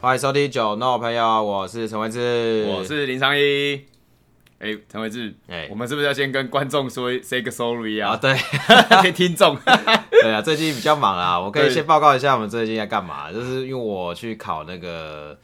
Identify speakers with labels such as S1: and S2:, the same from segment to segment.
S1: 欢迎收听酒肉朋友，我是陈文志，
S2: 我是林尚一。哎、陈伟志，
S1: 哎
S2: 我们是不是要先跟观众说 say 个 sorry
S1: 啊，
S2: 啊？
S1: 对
S2: 给听众，
S1: 对啊，最近比较忙 啦，我可以
S2: 对
S1: 先报告一下我们最近在干嘛，啊就是因为我去考那个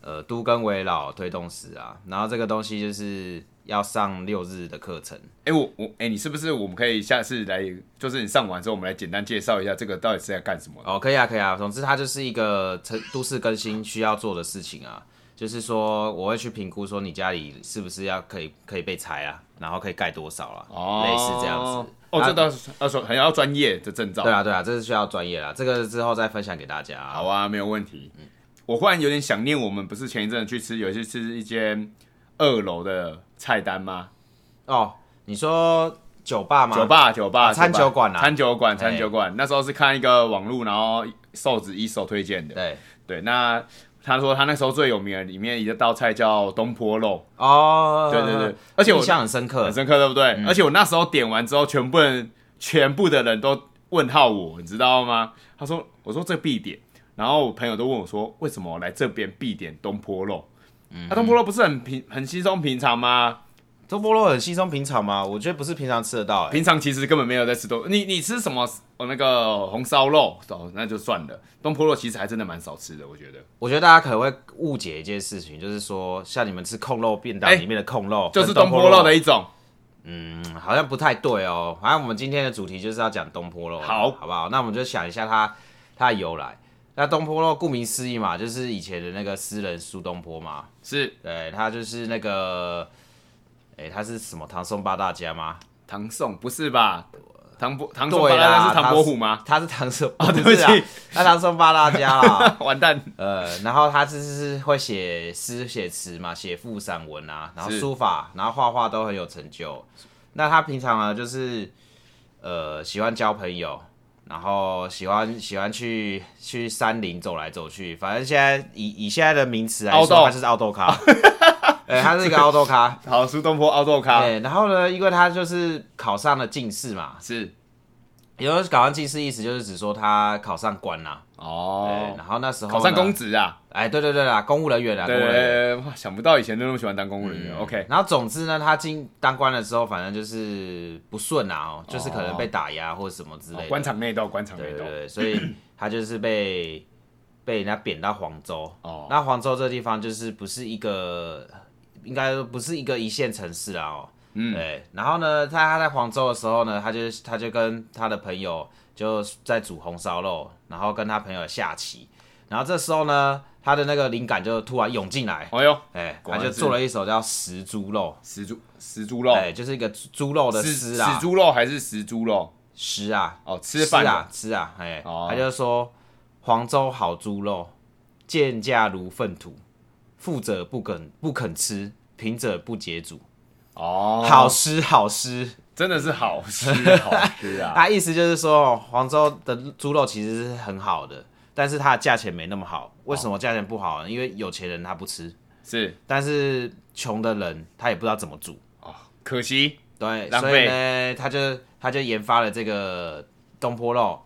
S1: 呃都跟围老推动史啊，然后这个东西就是要上六日的课程，
S2: 哎、我我哎、你是不是我们可以下次来，就是你上完之后，我们来简单介绍一下这个到底是在干什么？
S1: 哦，可以啊，可以啊。总之，它就是一个城都市更新需要做的事情啊。就是说，我会去评估说你家里是不是要可以可以被拆啊，然后可以盖多少啊，类似这样子。
S2: 哦，
S1: 啊
S2: 这倒是要说很要专业的证照。
S1: 对啊，对啊，这是需要专业啦，这个之后再分享给大家、
S2: 好啊，没有问题。
S1: 嗯
S2: 我忽然有点想念我们不是前一阵子去吃，有一次吃一间二楼的菜单吗？
S1: 哦，你说酒吧吗？
S2: 酒吧，酒吧，
S1: 餐酒馆啊
S2: 餐酒
S1: 哎
S2: 馆，餐酒馆。那时候是看一个网络，然后瘦子一手推荐的。
S1: 对
S2: 对，那他说他那时候最有名的里面一道菜叫东坡肉，
S1: 哦，
S2: 对对对而且我
S1: 印象很深刻
S2: 很，深刻，对不对？而且我那时候点完之后，全部人全部的人都问号我，你知道吗？他说，我说这必点，然后我朋友都问我说，为什么来这边必点东坡肉？那、东坡肉不是很平很稀松平常吗？
S1: 东坡肉很稀松平常吗？我觉得不是平常吃得到、欸，
S2: 平常其实根本没有在吃东，你你吃什么？哦，那个红烧肉哦，那就算了。东坡肉其实还真的蛮少吃的，我觉得。
S1: 我觉得大家可能会误解一件事情，就是说像你们吃控肉便当
S2: 哎
S1: 里面的控肉，
S2: 就是
S1: 东
S2: 东坡肉的一种。
S1: 嗯，好像不太对哦。反正我们今天的主题就是要讲东坡肉，
S2: 好
S1: 好不好？那我们就想一下它它的由来。那东坡肉顾名思义嘛，就是以前的那个诗人苏东坡嘛，
S2: 是
S1: 对他就是那个，哎、他是什么唐宋八大家吗？
S2: 唐宋不是吧？唐伯唐宋八
S1: 对
S2: 大家
S1: 啦，
S2: 是唐伯虎吗？
S1: 他是？他是唐宋
S2: 哦对不起，
S1: 是啊他唐宋八大家 啦。
S2: 完蛋，
S1: 呃，然后他就是会写诗、写词嘛，写赋、散文啊，然后
S2: 是
S1: 书法，然后画画都很有成就。那他平常啊，就是呃喜欢交朋友，然后喜欢喜欢去去山林走来走去，反正现在以以现在的名词来
S2: 凹
S1: 说，
S2: 豆
S1: 他就是奥豆 咖，哎、他是一个奥豆咖。
S2: 好，苏东坡澳洲咖
S1: 对，然后呢，因为他就是考上了进士嘛，
S2: 是
S1: 也就是考上进士，意思就是指说他考上官啊啦、对，
S2: 哦，
S1: 然后那时候
S2: 考上
S1: 呢
S2: 公职啊，
S1: 哎，对对对啦，公务人员啦，公
S2: 对
S1: 务人员。
S2: 对对，哇想不到以前都那么喜欢当公务人员。OK，
S1: 然后总之呢，他进当官了之后，反正就是不顺啊、哦，就是可能被打压或者什么之类的。
S2: 哦官场内斗，官场
S1: 对
S2: 内
S1: 对
S2: 斗
S1: 对，对所以他就是被被人家贬到黄州。
S2: 哦
S1: 那黄州这地方就是不是一个，应该说不是一个一线城市啊、哦。嗯，对。然后呢，他他在黄州的时候呢，他就他就跟他的朋友就在煮红烧肉，然后跟他朋友下棋。然后这时候呢，他的那个灵感就突然涌进来，
S2: 哎呦，
S1: 哎，
S2: 果
S1: 他
S2: 然
S1: 就是做了一首叫《食猪肉
S2: 石猪石猪》，肉，
S1: 哎，就是一个猪肉的
S2: 石
S1: 食
S2: 石
S1: 啊，
S2: 猪肉还是石猪肉？
S1: 食啊，
S2: 哦，吃饭的
S1: 啊，吃啊，哎，
S2: 哦
S1: 他就说黄州好猪肉，贱价如粪土，富者不肯不肯吃，贫者不解煮，
S2: 哦，
S1: 好，吃好吃。
S2: 真的是好吃好吃啊！
S1: 他意思就是说，黄州的猪肉其实是很好的，但是它的价钱没那么好。为什么价钱不
S2: 哦
S1: 好呢？因为有钱人他不吃，
S2: 是
S1: 但是穷的人他也不知道怎么煮。
S2: 哦，可惜
S1: 对，
S2: 浪
S1: 所以呢，他就他就研发了这个东坡肉。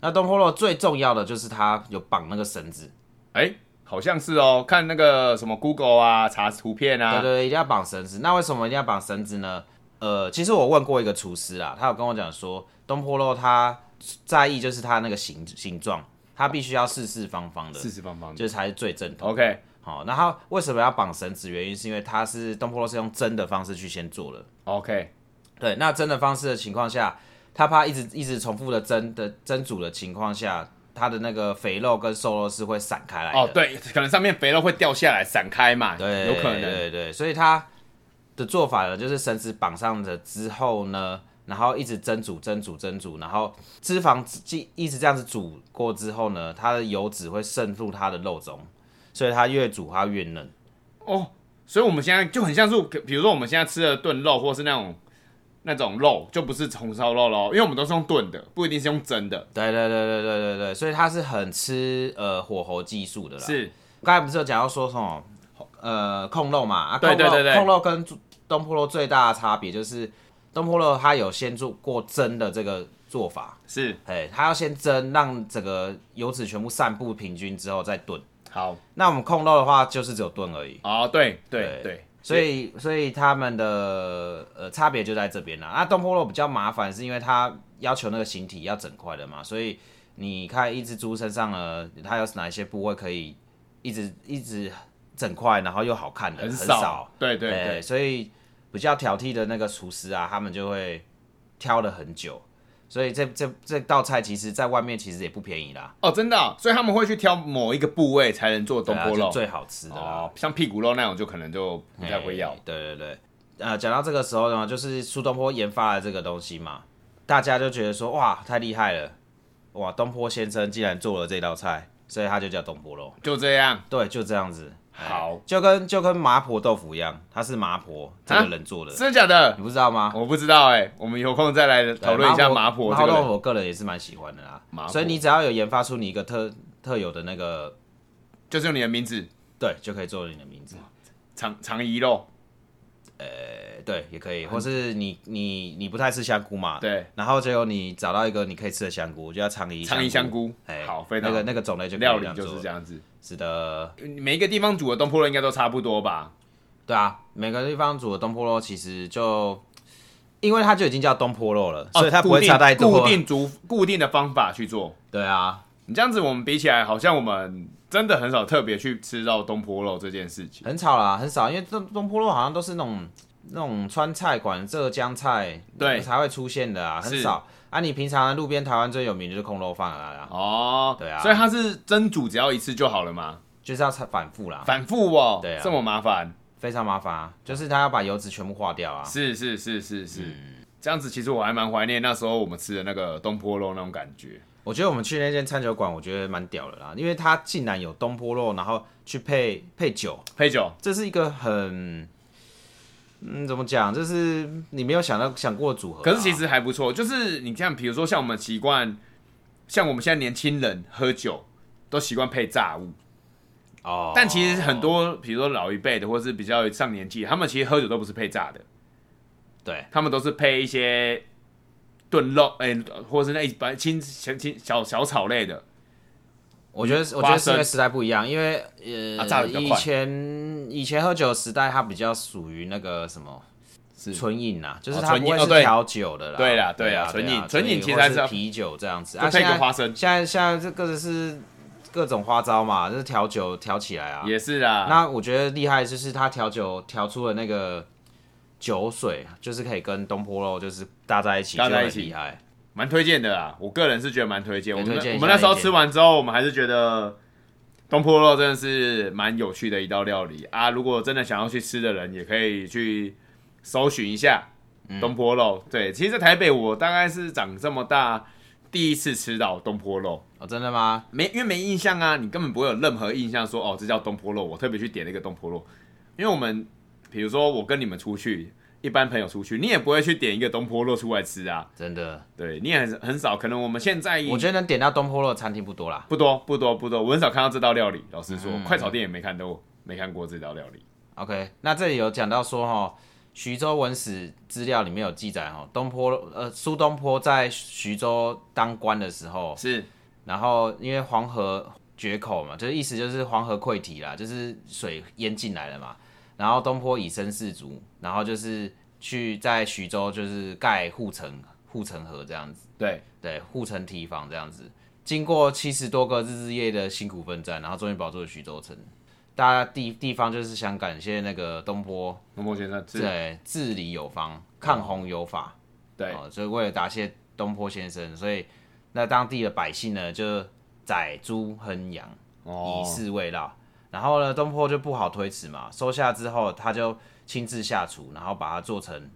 S1: 那东坡肉最重要的就是它有绑那个绳子，
S2: 哎、好像是哦，看那个什么 Google 啊，查图片
S1: 对
S2: 啊，
S1: 对，一定要绑绳子。那为什么一定要绑绳子呢？呃，其实我问过一个厨师啦，他有跟我讲说，东坡肉他在意就是它那个形形状，它必须要四四方方的，
S2: 四四方方的。
S1: 这才是最正统。
S2: OK，
S1: 好、那他为什么要绑绳子？原因是因为它是东坡肉是用蒸的方式去先做的，
S2: OK，
S1: 对，那蒸的方式的情况下，他怕一直一直重复的蒸的蒸煮的情况下，它的那个肥肉跟瘦肉是会散开来的。
S2: 哦，对，可能上面肥肉会掉下来，散开嘛，
S1: 对，
S2: 有可能。
S1: 对对，所以他的做法呢，就是绳子绑上了之后呢，然后一直蒸煮蒸煮蒸煮，然后脂肪既一直这样子煮过之后呢，它的油脂会渗入它的肉中，所以它越煮它越嫩。
S2: 哦，所以我们现在就很像是，比如说我们现在吃的炖肉，或是那种那种肉，就不是红烧肉喽，因为我们都是用炖的，不一定是用蒸的。
S1: 对对对对对对对，所以它是很吃呃火候技术的啦。
S2: 是，
S1: 刚才不是有讲到说什么呃控肉嘛？啊，
S2: 对对
S1: 控肉
S2: 对对
S1: 控肉跟猪东坡肉最大的差别就是东坡肉它有先做过蒸的这个做法，
S2: 是
S1: 哎，它要先蒸，让整个油脂全部散布平均之后再炖。
S2: 好
S1: 那我们控肉的话，就是只有炖而已。
S2: 啊，对对对，
S1: 所以所以他们的呃差别就在这边啦。那东坡肉比较麻烦，是因为它要求那个形体要整块的嘛，所以你看一只猪身上呢，它有哪些部位可以一直一直整块，然后又好看的
S2: 很
S1: 少。
S2: 少，对对
S1: 哎
S2: 对，
S1: 所以比较挑剔的那个厨师啊，他们就会挑了很久。所以这这这道菜其实在外面其实也不便宜啦，
S2: 哦，真的哦，所以他们会去挑某一个部位才能做东坡
S1: 对啊
S2: 肉
S1: 就，最好吃的啦。
S2: 哦，像屁股肉那种就可能就不太会要
S1: 哎。对对对，呃，讲到这个时候呢，就是苏东坡研发了这个东西嘛，大家就觉得说哇，太厉害了，哇，东坡先生竟然做了这道菜，所以他就叫东坡肉。
S2: 就这样，
S1: 对，就这样子。哎
S2: 好
S1: 就跟就跟麻婆豆腐一样，它是麻婆这
S2: 啊
S1: 个人做的，
S2: 真的假的？
S1: 你不知道吗？
S2: 我不知道哎、我们有空再来讨论一下
S1: 对
S2: 麻婆
S1: 麻婆
S2: 这个
S1: 豆
S2: 人。
S1: 腐，我个人也是蛮喜欢的啦
S2: 麻。婆
S1: 所以你只要有研发出你一个特特有的那个，
S2: 就是用你的名字，
S1: 对，就可以做你的名字。
S2: 长长鱼肉，
S1: 哎对，也可以，或是你你你不太吃香菇嘛，
S2: 对，
S1: 然后结果你找到一个你可以吃的香菇，就叫长衣
S2: 长鱼香，菇，
S1: 哎，
S2: 好，非常
S1: 那个那个种类就可以
S2: 料理
S1: 样
S2: 就是
S1: 做
S2: 这。样子。
S1: 是的，
S2: 每一个地方煮的东坡肉应该都差不多吧？
S1: 对啊，每个地方煮的东坡肉其实就，因为它就已经叫东坡肉了，所以它不
S2: 哦固
S1: 会
S2: 定
S1: 差太多。
S2: 固定煮固定的方法去做。
S1: 对啊，
S2: 你这样子，我们比起来，好像我们真的很少特别去吃到东坡肉这件事情。
S1: 很少啦，很少，因为东东坡肉好像都是那种那种川菜馆、浙江菜
S2: 对
S1: 才会出现的啊，很
S2: 是
S1: 少。啊，你平常路边台湾最有名的就是空肉饭啊，然后
S2: 哦，
S1: 对啊
S2: 所以它是蒸煮只要一次就好了嘛，
S1: 就是要反复啦，
S2: 反复哦，
S1: 对啊
S2: 这么麻烦，
S1: 非常麻烦啊，就是它要把油脂全部化掉啊。嗯
S2: 是是是是是，这样子其实我还蛮怀念那时候我们吃的那个东坡肉那种感觉，
S1: 我觉得我们去那间餐酒馆，我觉得蛮屌的啦，因为它竟然有东坡肉，然后去配配酒，
S2: 配酒
S1: 这是一个很，嗯，怎么讲？这是你没有想到想过的组合啊、
S2: 可是其实还不错，就是你像比如说像我们习惯，像我们现在年轻人喝酒都习惯配炸物，
S1: 哦，
S2: 但其实很多比如说老一辈的或是比较上年纪，他们其实喝酒都不是配炸的，
S1: 对
S2: 他们都是配一些炖肉，哎、或是那一般青小青小小草类的，
S1: 我觉得是我觉
S2: 花
S1: 得是因为
S2: 生
S1: 时代不一样，因为
S2: 啊
S1: 呃，
S2: 炸得比较
S1: 以
S2: 快
S1: 前以前喝酒的时代，它比较属于那个什么。
S2: 是
S1: 纯饮呐，就是
S2: 哦
S1: 它
S2: 纯
S1: 不
S2: 饮
S1: 会
S2: 哦
S1: 是
S2: 对
S1: 调酒的啦。
S2: 对啦对
S1: 对
S2: 啦
S1: 啊
S2: 纯
S1: 对
S2: 饮
S1: 啊
S2: 纯饮其实
S1: 或
S2: 还是
S1: 是
S2: 要
S1: 啤酒这样子，
S2: 就
S1: 啊，
S2: 配
S1: 现
S2: 个
S1: 在
S2: 花生、
S1: 现在现在这个是各种花招嘛，就是调酒调起来啊。
S2: 也是啊。
S1: 那我觉得厉害就是他调酒调出了那个酒水，就是可以跟东坡肉就是搭在一起，
S2: 搭在一
S1: 就
S2: 起
S1: 很厉害。
S2: 蛮推荐的啦，我个人是觉得蛮推荐。我
S1: 对
S2: 们
S1: 推荐一
S2: 我
S1: 下
S2: 们那时候吃完之后，我们还是觉得东坡肉真的是蛮有趣的一道料理啊。如果真的想要去吃的人，也可以去搜寻一下
S1: 嗯
S2: 东坡肉。对，其实，在台北我大概是长这么大第一次吃到东坡肉，
S1: 哦，真的吗？
S2: 没因为没印象啊，你根本不会有任何印象说哦，这叫东坡肉。我特别去点了一个东坡肉，因为我们比如说我跟你们出去，一般朋友出去，你也不会去点一个东坡肉出来吃啊。
S1: 真的，
S2: 对你也很很少，可能我们现在
S1: 我觉得能点到东坡肉的餐厅不多啦。
S2: 不多不多不多，我很少看到这道料理。老实说，
S1: 嗯
S2: 快炒店也没看到，没看过这道料理。
S1: OK，那这里有讲到说哈，徐州文史资料里面有记载哦，东坡呃苏东坡在徐州当官的时候，
S2: 是
S1: 然后因为黄河决口嘛，就是意思就是黄河溃堤啦，就是水淹进来了嘛。然后东坡以身试足，然后就是去在徐州就是盖护城护城河这样子，
S2: 对，
S1: 对，护城堤防这样子。经过七十多个日日夜的辛苦奋战，然后终于保住了徐州城。大家地地方就是想感谢那个东坡
S2: 龙波先生是，
S1: 对治理有方、抗洪有法，
S2: 对，
S1: 哦，所以为了答谢东坡先生，所以那当地的百姓呢就宰猪烹羊，以
S2: 哦，
S1: 示慰劳。然后呢，东坡就不好推辞嘛，收下之后他就亲自下厨，然后把它做成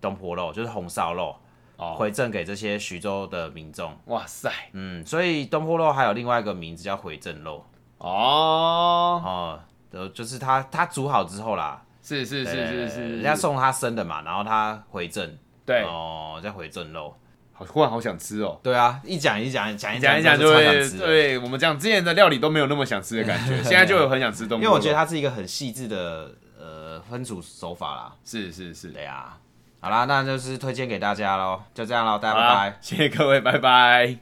S1: 东坡肉，就是红烧肉，
S2: 哦，
S1: 回赠给这些徐州的民众。
S2: 哇塞，
S1: 嗯，所以东坡肉还有另外一个名字叫回赠肉
S2: 哦，
S1: 哦，呃，就是他他煮好之后啦，
S2: 是是是
S1: 对
S2: 是是，
S1: 人家送他生的嘛，然后他回赠，
S2: 对，
S1: 哦，再回赠肉。
S2: 好，忽然好想吃哦。
S1: 对啊，一讲一讲讲一
S2: 讲一讲
S1: 讲
S2: 就
S1: 超想
S2: 会
S1: 吃的，
S2: 对我们讲之前的料理都没有那么想吃的感觉，现在就有很想吃东
S1: 因
S2: 坡肉。
S1: 为我觉得它是一个很细致的呃分组手法啦。
S2: 是是是，
S1: 对啊，好啦，那就是推荐给大家喽，就这样喽，大家
S2: 好
S1: 拜拜
S2: 啦。，谢谢各位，拜拜。